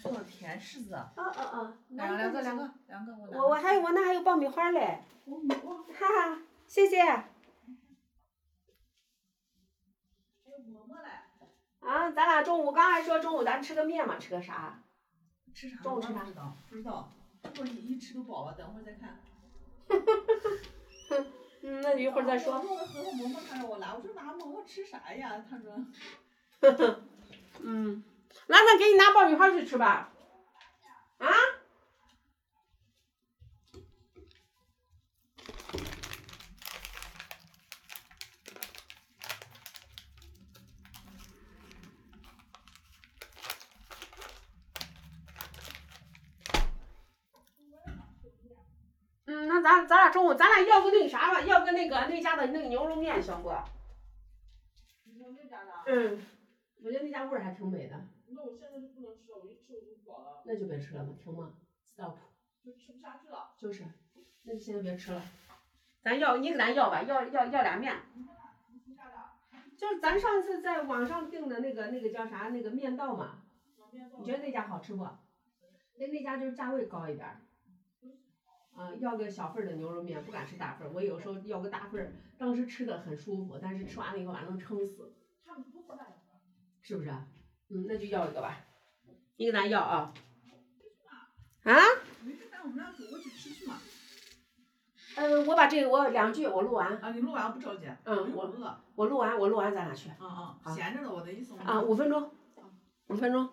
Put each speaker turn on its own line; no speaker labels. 说的甜柿子，
啊啊啊！
两哎个两个两个两个，我拿
我我还有我那还有爆米花嘞，哈哈，谢谢。
还有馍馍嘞，
啊，咱俩中午刚还说中午咱吃个面嘛，吃个啥？
吃啥？
中午吃
我
啥
不知道，不知道，不是一吃都饱了，等会儿再看。
嗯，那一会儿再
我
说。
说我和我馍馍他让我来，我说拿馍馍吃啥呀？他说
嗯，兰兰给你拿爆米花去吃吧。啊？嗯，那咱咱俩中午咱俩要个那啥吧，要个那个那家的那个牛肉面行不？
你说那家的，
嗯，我觉得那家味儿还挺美的。
那我现在就不能吃了，我一吃我就饱了，
那就别吃了吧，行吗？stop，
就吃不下去了。
就是，那就现在别吃了。咱要你给咱要吧，要要要俩面，
你家的，
就是咱上次在网上订的那个那个叫啥那个面哦道嘛，
老面包
你觉得那家好吃不？那那家就是价位高一点儿。啊、要个小份儿的牛肉面，不敢吃大份儿。我有时候要个大份儿，当时吃的很舒服，但是吃完了以后把能撑死，
他们不管。
是不是？嗯，那就要一个吧，你给咱要啊。啊？
没事，咱我们俩走过去吃去嘛。
嗯，我把这个我两句我录完，
啊，你录完不着急，
嗯，我
我饿。
我录完，我录完咱俩去。
嗯
好
嗯，闲着呢，我的意思我们
啊，五分钟
啊，
五分钟，